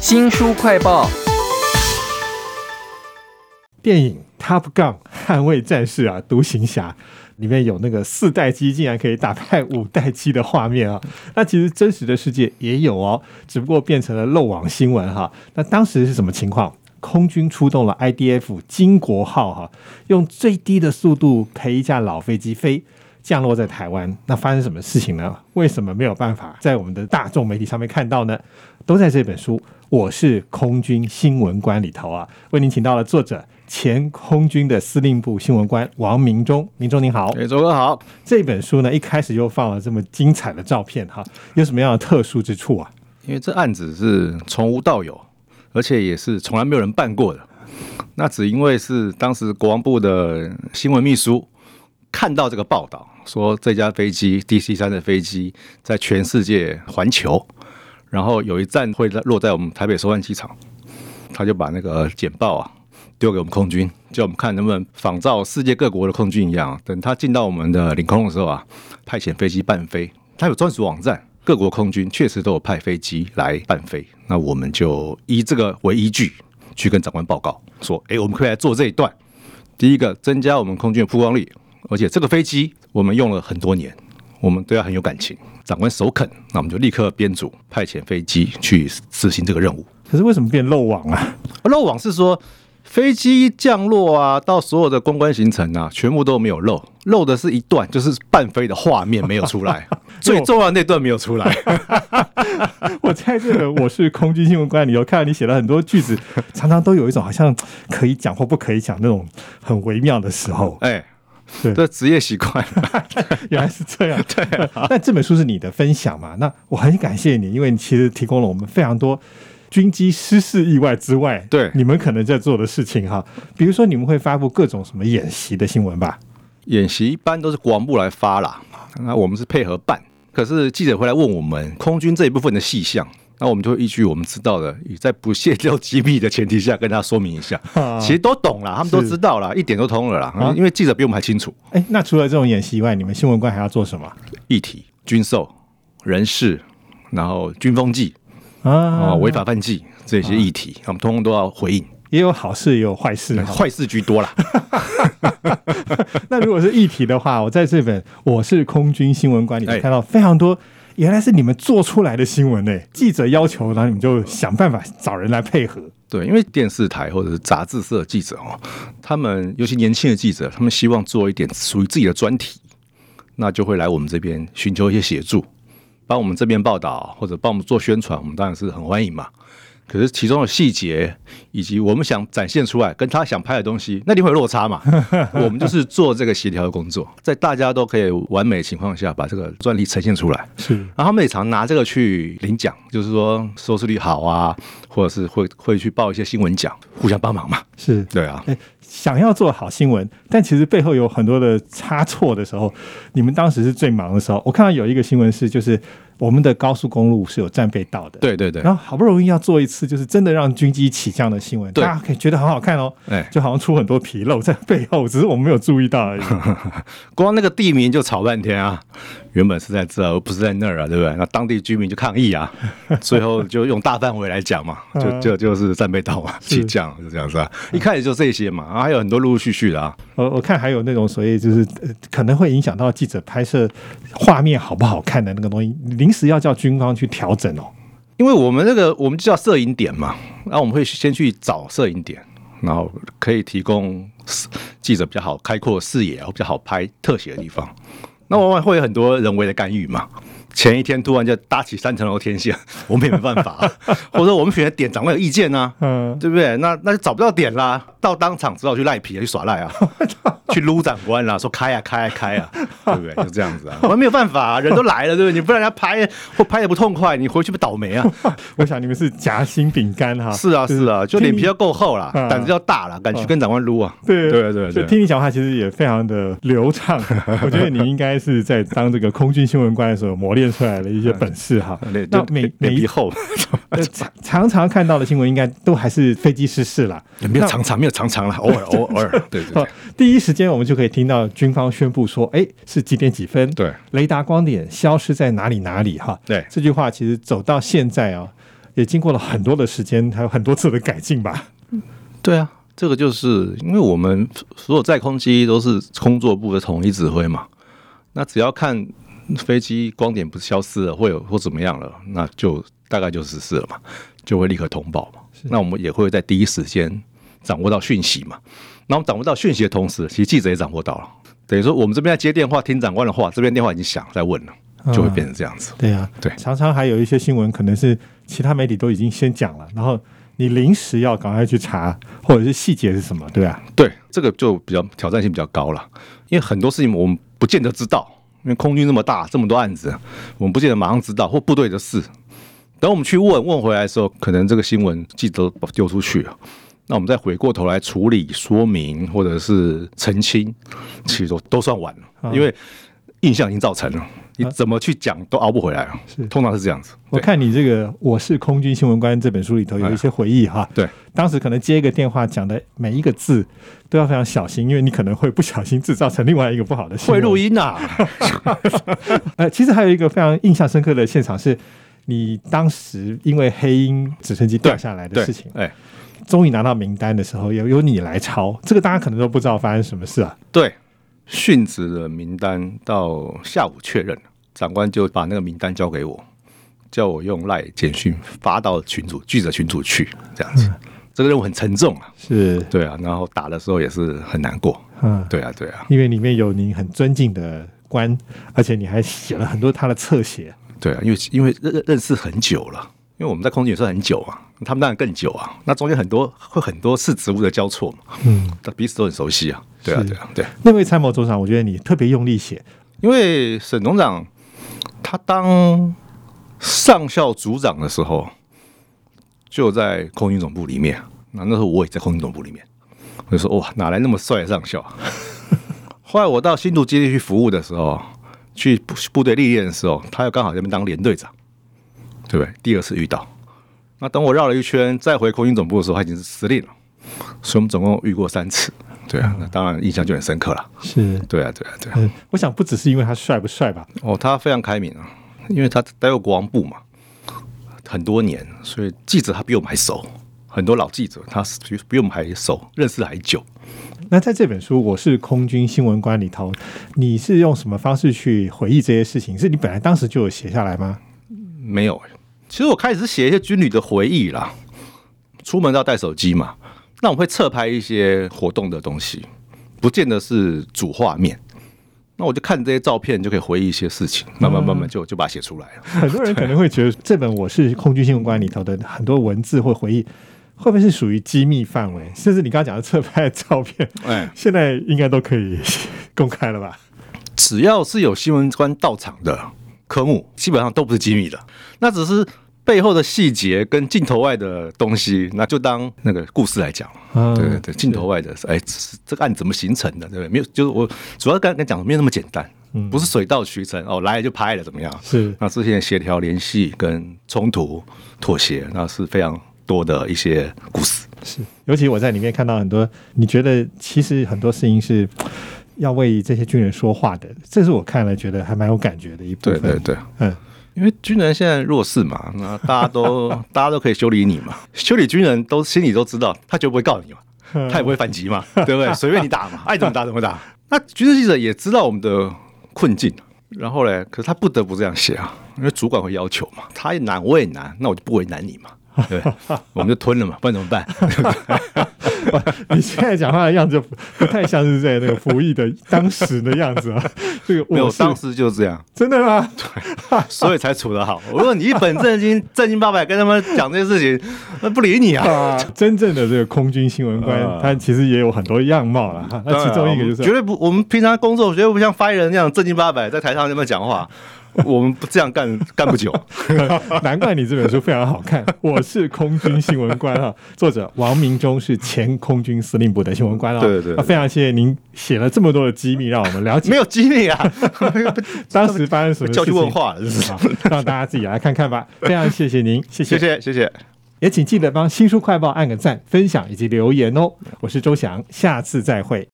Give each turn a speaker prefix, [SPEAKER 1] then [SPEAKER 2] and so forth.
[SPEAKER 1] 新书快报，
[SPEAKER 2] 电影《Top Gun》捍卫战士啊，独行侠里面有那个四代机竟然可以打败五代机的画面啊， 那其实真实的世界也有哦，只不过变成了漏网新闻哈。那当时是什么情况？空军出动了 IDF 金国号哈、用最低的速度陪一架老飞机飞。降落在台湾，那发生什么事情呢？为什么没有办法在我们的大众媒体上面看到呢？都在这本书《我是空军新闻官》里头啊，为您请到了作者前空军的司令部新闻官王明忠。明忠您好，
[SPEAKER 3] 哎，周哥好。
[SPEAKER 2] 这本书呢一开始就放了这么精彩的照片哈，有什么样的特殊之处啊？
[SPEAKER 3] 因为这案子是从无到有，而且也是从来没有人办过的。那只因为是当时国防部的新闻秘书看到这个报道，说这架飞机 DC 三的飞机在全世界环球，然后有一站会落在我们台北收案机场，他就把那个简报啊丢给我们空军，叫我们看能不能仿照世界各国的空军一样，等他进到我们的领空的时候啊，派遣飞机伴飞。他有专属网站，各国空军确实都有派飞机来伴飞。那我们就以这个为依据去跟长官报告，说，诶，我们可以来做这一段。第一个，增加我们空军的曝光率，而且这个飞机我们用了很多年，我们对它很有感情。长官首肯，那我们就立刻编组派遣飞机去执行这个任务。
[SPEAKER 2] 可是为什么变漏网啊？
[SPEAKER 3] 漏网是说飞机降落啊，到所有的公关行程啊，全部都没有漏，漏的是一段，就是半飞的画面没有 出来，最重要的那段没有出来。
[SPEAKER 2] 我在这个我是空军新闻官里头看到你写了很多句子，常常都有一种好像可以讲或不可以讲那种很微妙的时候。
[SPEAKER 3] 哎，
[SPEAKER 2] 对
[SPEAKER 3] 这职业习惯。
[SPEAKER 2] 原来是这样。 对、啊那这本书是你的分享嘛？那我很感谢你，因为你其实提供了我们非常多军机失事意外之外，
[SPEAKER 3] 对
[SPEAKER 2] 你们可能在做的事情哈。比如说，你们会发布各种什么演习的新闻吧？
[SPEAKER 3] 演习一般都是国防部来发啦，那我们是配合办。可是记者会来问我们空军这一部分的细项，那我们就会依据我们知道的，以在不泄露机密的前提下跟他说明一下。
[SPEAKER 2] 啊
[SPEAKER 3] 其实都懂啦，他们都
[SPEAKER 2] 是
[SPEAKER 3] 知道啦，一点都通了啦。
[SPEAKER 2] 啊
[SPEAKER 3] 因为记者比我们还清楚
[SPEAKER 2] 哎，那除了这种演习以外，你们新闻官还要做什么
[SPEAKER 3] 议题、军售、人事，然后军风纪啊、
[SPEAKER 2] 啊？
[SPEAKER 3] 违法犯纪这些议题，我们通通都要回应。
[SPEAKER 2] 也有好事，也有坏事哈。
[SPEAKER 3] 坏事居多啦。
[SPEAKER 2] 那如果是议题的话，我在这本《我是空军新闻官》里面
[SPEAKER 3] 哎
[SPEAKER 2] 看到非常多，原来是你们做出来的新闻呢、哎记者要求，然后你们就想办法找人来配合。
[SPEAKER 3] 对，因为电视台或者是杂志社的记者哦，他们尤其年轻的记者，他们希望做一点属于自己的专题，那就会来我们这边寻求一些协助，帮我们这边报道或者帮我们做宣传，我们当然是很欢迎嘛。可是其中的细节以及我们想展现出来跟他想拍的东西，那一定会有落差嘛。我们就是做这个协调的工作，在大家都可以完美的情况下把这个专题呈现出来。
[SPEAKER 2] 是
[SPEAKER 3] 然后他们也常拿这个去领奖，就是说收视率好啊，或者是会会去报一些新闻奖，互相帮忙嘛。
[SPEAKER 2] 是，
[SPEAKER 3] 对啊，
[SPEAKER 2] 哎，想要做好新闻，但其实背后有很多的差错的时候，你们当时是最忙的时候。我看到有一个新闻是，就是我们的高速公路是有战备道的，。
[SPEAKER 3] 对对对，
[SPEAKER 2] 然后好不容易要做一次，就是真的让军机起降的新闻，
[SPEAKER 3] 对
[SPEAKER 2] 大家可以觉得很好看哦，
[SPEAKER 3] 哎
[SPEAKER 2] 就好像出很多纰漏在背后，只是我们没有注意到 而已。
[SPEAKER 3] 光那个地名就吵半天啊，原本是在这而不是在那儿啊，对不对？那当地居民就抗 议啊，最后就用大范围来讲嘛，就就就是战备道嘛，
[SPEAKER 2] 是
[SPEAKER 3] 起降就这样子啊。一开始就这些嘛，然后还有很多陆陆续续的啊。
[SPEAKER 2] 我我看还有那种所谓就是、呃、可能会影响到记者拍摄画面好不好看的那个东西，临时要叫军方去调整哦。
[SPEAKER 3] 因为我们那个我们就叫摄影点嘛，然后我们会先去找摄影点，然后可以提供视记者比较好开阔视野，比较好拍特写的地方。那往往会有很多人为的干预嘛。前一天突然就搭起三层楼天线， 我们也没办法、或者说我们选的点长官有意见啊，
[SPEAKER 2] 嗯，
[SPEAKER 3] 对不对？那那就找不到点啦，到当场只好去赖皮，去耍赖啊， 去撸长官啦，说开啊开啊开啊，对不对？就这样子啊，我们没有办法、啊，人都来了，对不对？你不然人家拍或拍的不痛快，你回去不倒霉啊？
[SPEAKER 2] 我想你们是夹心饼干哈。
[SPEAKER 3] 是啊是啊，就脸皮要够厚啦，
[SPEAKER 2] 嗯
[SPEAKER 3] 胆子要大啦，敢去跟长官撸啊？
[SPEAKER 2] 对
[SPEAKER 3] 对对
[SPEAKER 2] 就
[SPEAKER 3] 对。
[SPEAKER 2] 听你讲话，其实也非常的流畅。 我觉得你应该是在当这个空军新闻官的时候磨练出来的一些本事 哈。
[SPEAKER 3] 啊脸
[SPEAKER 2] 那
[SPEAKER 3] 就
[SPEAKER 2] 每
[SPEAKER 3] 脸
[SPEAKER 2] 每
[SPEAKER 3] 脸皮
[SPEAKER 2] 一
[SPEAKER 3] 厚，
[SPEAKER 2] 呃常常常看到的新闻，应该都还是飞机失事啦。
[SPEAKER 3] 没有常常没有常常啦，偶尔偶尔偶尔，对对
[SPEAKER 2] 好
[SPEAKER 3] 对，
[SPEAKER 2] 第一时间我们就可以听到军方宣布说，哎，是几点几分？
[SPEAKER 3] 对，
[SPEAKER 2] 雷达光点消失在哪里哪里哈？
[SPEAKER 3] 对
[SPEAKER 2] 这句话其实走到现在啊、也经过了很多的时间，还有很多次的改进吧。
[SPEAKER 3] 对啊，这个就是因为我们所有在空机都是工作部的统一指挥嘛，那只要看飞机光点不是消失了，或有或怎么样了，那就大概就失事了嘛，就会立刻通报嘛。那我们也会在第一时间掌握到讯息嘛。那我们掌握到讯息的同时，其实记者也掌握到了，等于说我们这边在接电话听长官的话，这边电话已经响在问了，就会变成这样子。
[SPEAKER 2] 对 呀、
[SPEAKER 3] 对
[SPEAKER 2] 常常还有一些新闻可能是其他媒体都已经先讲了，然后你临时要赶快去查，或者是细节是什么，对吧、
[SPEAKER 3] 对，这个就比较挑战性比较高了，因为很多事情我们不见得知道，因为空军那么大，这么多案子，我们不见得马上知道，或部队的事。等我们去问问回来的时候，可能这个新闻记者都丢出去了，那我们再回过头来处理、说明或者是澄清，其实都都算晚
[SPEAKER 2] 啊
[SPEAKER 3] 了，因为印象已经造成了，你怎么去讲都熬不回来了。
[SPEAKER 2] 是
[SPEAKER 3] 通常是这样子。
[SPEAKER 2] 我
[SPEAKER 3] 对
[SPEAKER 2] 看你这个《我是空军新闻官》这本书里头有
[SPEAKER 3] 哎
[SPEAKER 2] 一些回忆哈，
[SPEAKER 3] 对，
[SPEAKER 2] 当时可能接一个电话讲的每一个字都要非常小心，因为你可能会不小心制造成另外一个不好的新
[SPEAKER 3] 会
[SPEAKER 2] 闻
[SPEAKER 3] 录音啊，
[SPEAKER 2] 呃，其实还有一个非常印象深刻的现场是，你当时因为黑鹰直升机掉下来的
[SPEAKER 3] 对
[SPEAKER 2] 事情，
[SPEAKER 3] 哎，
[SPEAKER 2] 终于拿到名单的时候，由由你来抄，这个大家可能都不知道发生什么事啊。
[SPEAKER 3] 对，殉职的名单到下午确认，长官就把那个名单交给我，叫我用赖简讯发到群组记者群组去，这样子。这个任务很沉重啊，
[SPEAKER 2] 嗯是，
[SPEAKER 3] 对啊，然后打的时候也是很难过，
[SPEAKER 2] 嗯，
[SPEAKER 3] 对啊，对啊，
[SPEAKER 2] 因为里面有您很尊敬的官，而且你还写了很多他的侧写。
[SPEAKER 3] 对啊，因为因为认认识很久了，因为我们在空军也算很久啊，他们当然更久啊，那中间很多会很多次职务的交错嘛，
[SPEAKER 2] 嗯，
[SPEAKER 3] 彼此都很熟悉啊，对啊，
[SPEAKER 2] 是
[SPEAKER 3] 对啊，对啊
[SPEAKER 2] 那位参谋总长，我觉得你特别用力写，
[SPEAKER 3] 因为沈总长他当上校组长的时候，就在空军总部里面。那那时候我也在空军总部里面，我就说哇，哪来那么帅的上校 啊？后来我到新竹基地去服务的时候，去部部队历练的时候，他又刚好在那边当连队长，对不对？第二次遇到。那等我绕了一圈，再回空军总部的时候，他已经是司令了，所以我们总共遇过三次。对啊，那当然印象就很深刻了。
[SPEAKER 2] 是，
[SPEAKER 3] 对啊，对啊，对啊。
[SPEAKER 2] 嗯，我想不只是因为他帅不帅吧，
[SPEAKER 3] 哦，他非常开明啊，因为他待过国防部嘛，很多年，所以记者他比我们还熟，很多老记者他是比比我们还熟，认识还久。
[SPEAKER 2] 那在这本书《我是空军新闻官》里头，你是用什么方式去回忆这些事情？是你本来当时就有写下来 吗？
[SPEAKER 3] 没有欸，其实我开始是写一些军旅的回忆啦，出门都要带手机嘛，那我会侧拍一些活动的东西，不见得是主画面。那我就看这些照片，就可以回忆一些事情，慢慢慢慢就就把它写出来了。
[SPEAKER 2] 很多人可能会觉得这本《我是空军新闻官》里头的很多文字或回忆，会不会是属于机密范围？甚至你刚刚讲的侧拍的照片，
[SPEAKER 3] 哎，
[SPEAKER 2] 现在应该都可以公开了吧？
[SPEAKER 3] 只要是有新闻官到场的科目，基本上都不是机密的，那只是背后的细节跟镜头外的东西，那就当那个故事来讲。
[SPEAKER 2] 啊
[SPEAKER 3] 对对对，镜头外的，哎，这是这个案怎么形成的，对不对？没有，就是我主要刚刚讲的没有那么简单，不是水到渠成哦，来了就拍了怎么样？
[SPEAKER 2] 是
[SPEAKER 3] 那之前协调、联系跟冲突、妥协，那是非常多的一些故事。
[SPEAKER 2] 是，尤其我在里面看到很多，你觉得其实很多事情是要为这些军人说话的，这是我看了觉得还蛮有感觉的一部
[SPEAKER 3] 对
[SPEAKER 2] 分。
[SPEAKER 3] 对对。
[SPEAKER 2] 嗯，
[SPEAKER 3] 因为军人现在弱势嘛，那大 家都大家都可以修理你嘛，修理军人都心里都知道，他绝不会告你嘛，
[SPEAKER 2] 嗯
[SPEAKER 3] 他也不会反 击嘛，对不对？随便你打嘛，爱怎么打怎么打。那军事记者也知道我们的困境，然后嘞，可是他不得不这样写啊，因为主管会要求嘛，他也难我也难，那我就不为难你嘛，对不 对，我们就吞了嘛，不然怎么办？
[SPEAKER 2] 你现在讲话的样子不不太像是在那个服役的当时的样子 啊。这个
[SPEAKER 3] 没有，
[SPEAKER 2] 我是
[SPEAKER 3] 当时就是这样，
[SPEAKER 2] 真的吗？
[SPEAKER 3] 所以才处得好。我说你一本正经、正经八百跟他们讲这些事情，那不理你啊。
[SPEAKER 2] 啊， 真正的这个空军新闻官
[SPEAKER 3] 啊，
[SPEAKER 2] 他其实也有很多样貌啦。哈那其中一个就
[SPEAKER 3] 当然我们绝啊
[SPEAKER 2] 是，
[SPEAKER 3] 对不，我们平常工作绝对不像发言人那样正经八百在台上那么讲话，我们不这样干干 不久。
[SPEAKER 2] 难怪你这本书非常好 看。我是空军新闻官啊，作者王明忠是前空军司令部的新闻官啊。
[SPEAKER 3] 对对对
[SPEAKER 2] 啊非常谢谢您写了这么多的机密，让我们了解
[SPEAKER 3] 没有激励啊，
[SPEAKER 2] 当时发生什么事
[SPEAKER 3] 叫去
[SPEAKER 2] 情。
[SPEAKER 3] 问话了，是不是
[SPEAKER 2] 好，让大家自己来看看吧。非常谢谢您，谢
[SPEAKER 3] 谢谢谢谢，
[SPEAKER 2] 也请记得帮新书快报按个赞、分享以及留言哦。我是周翔，下次再会。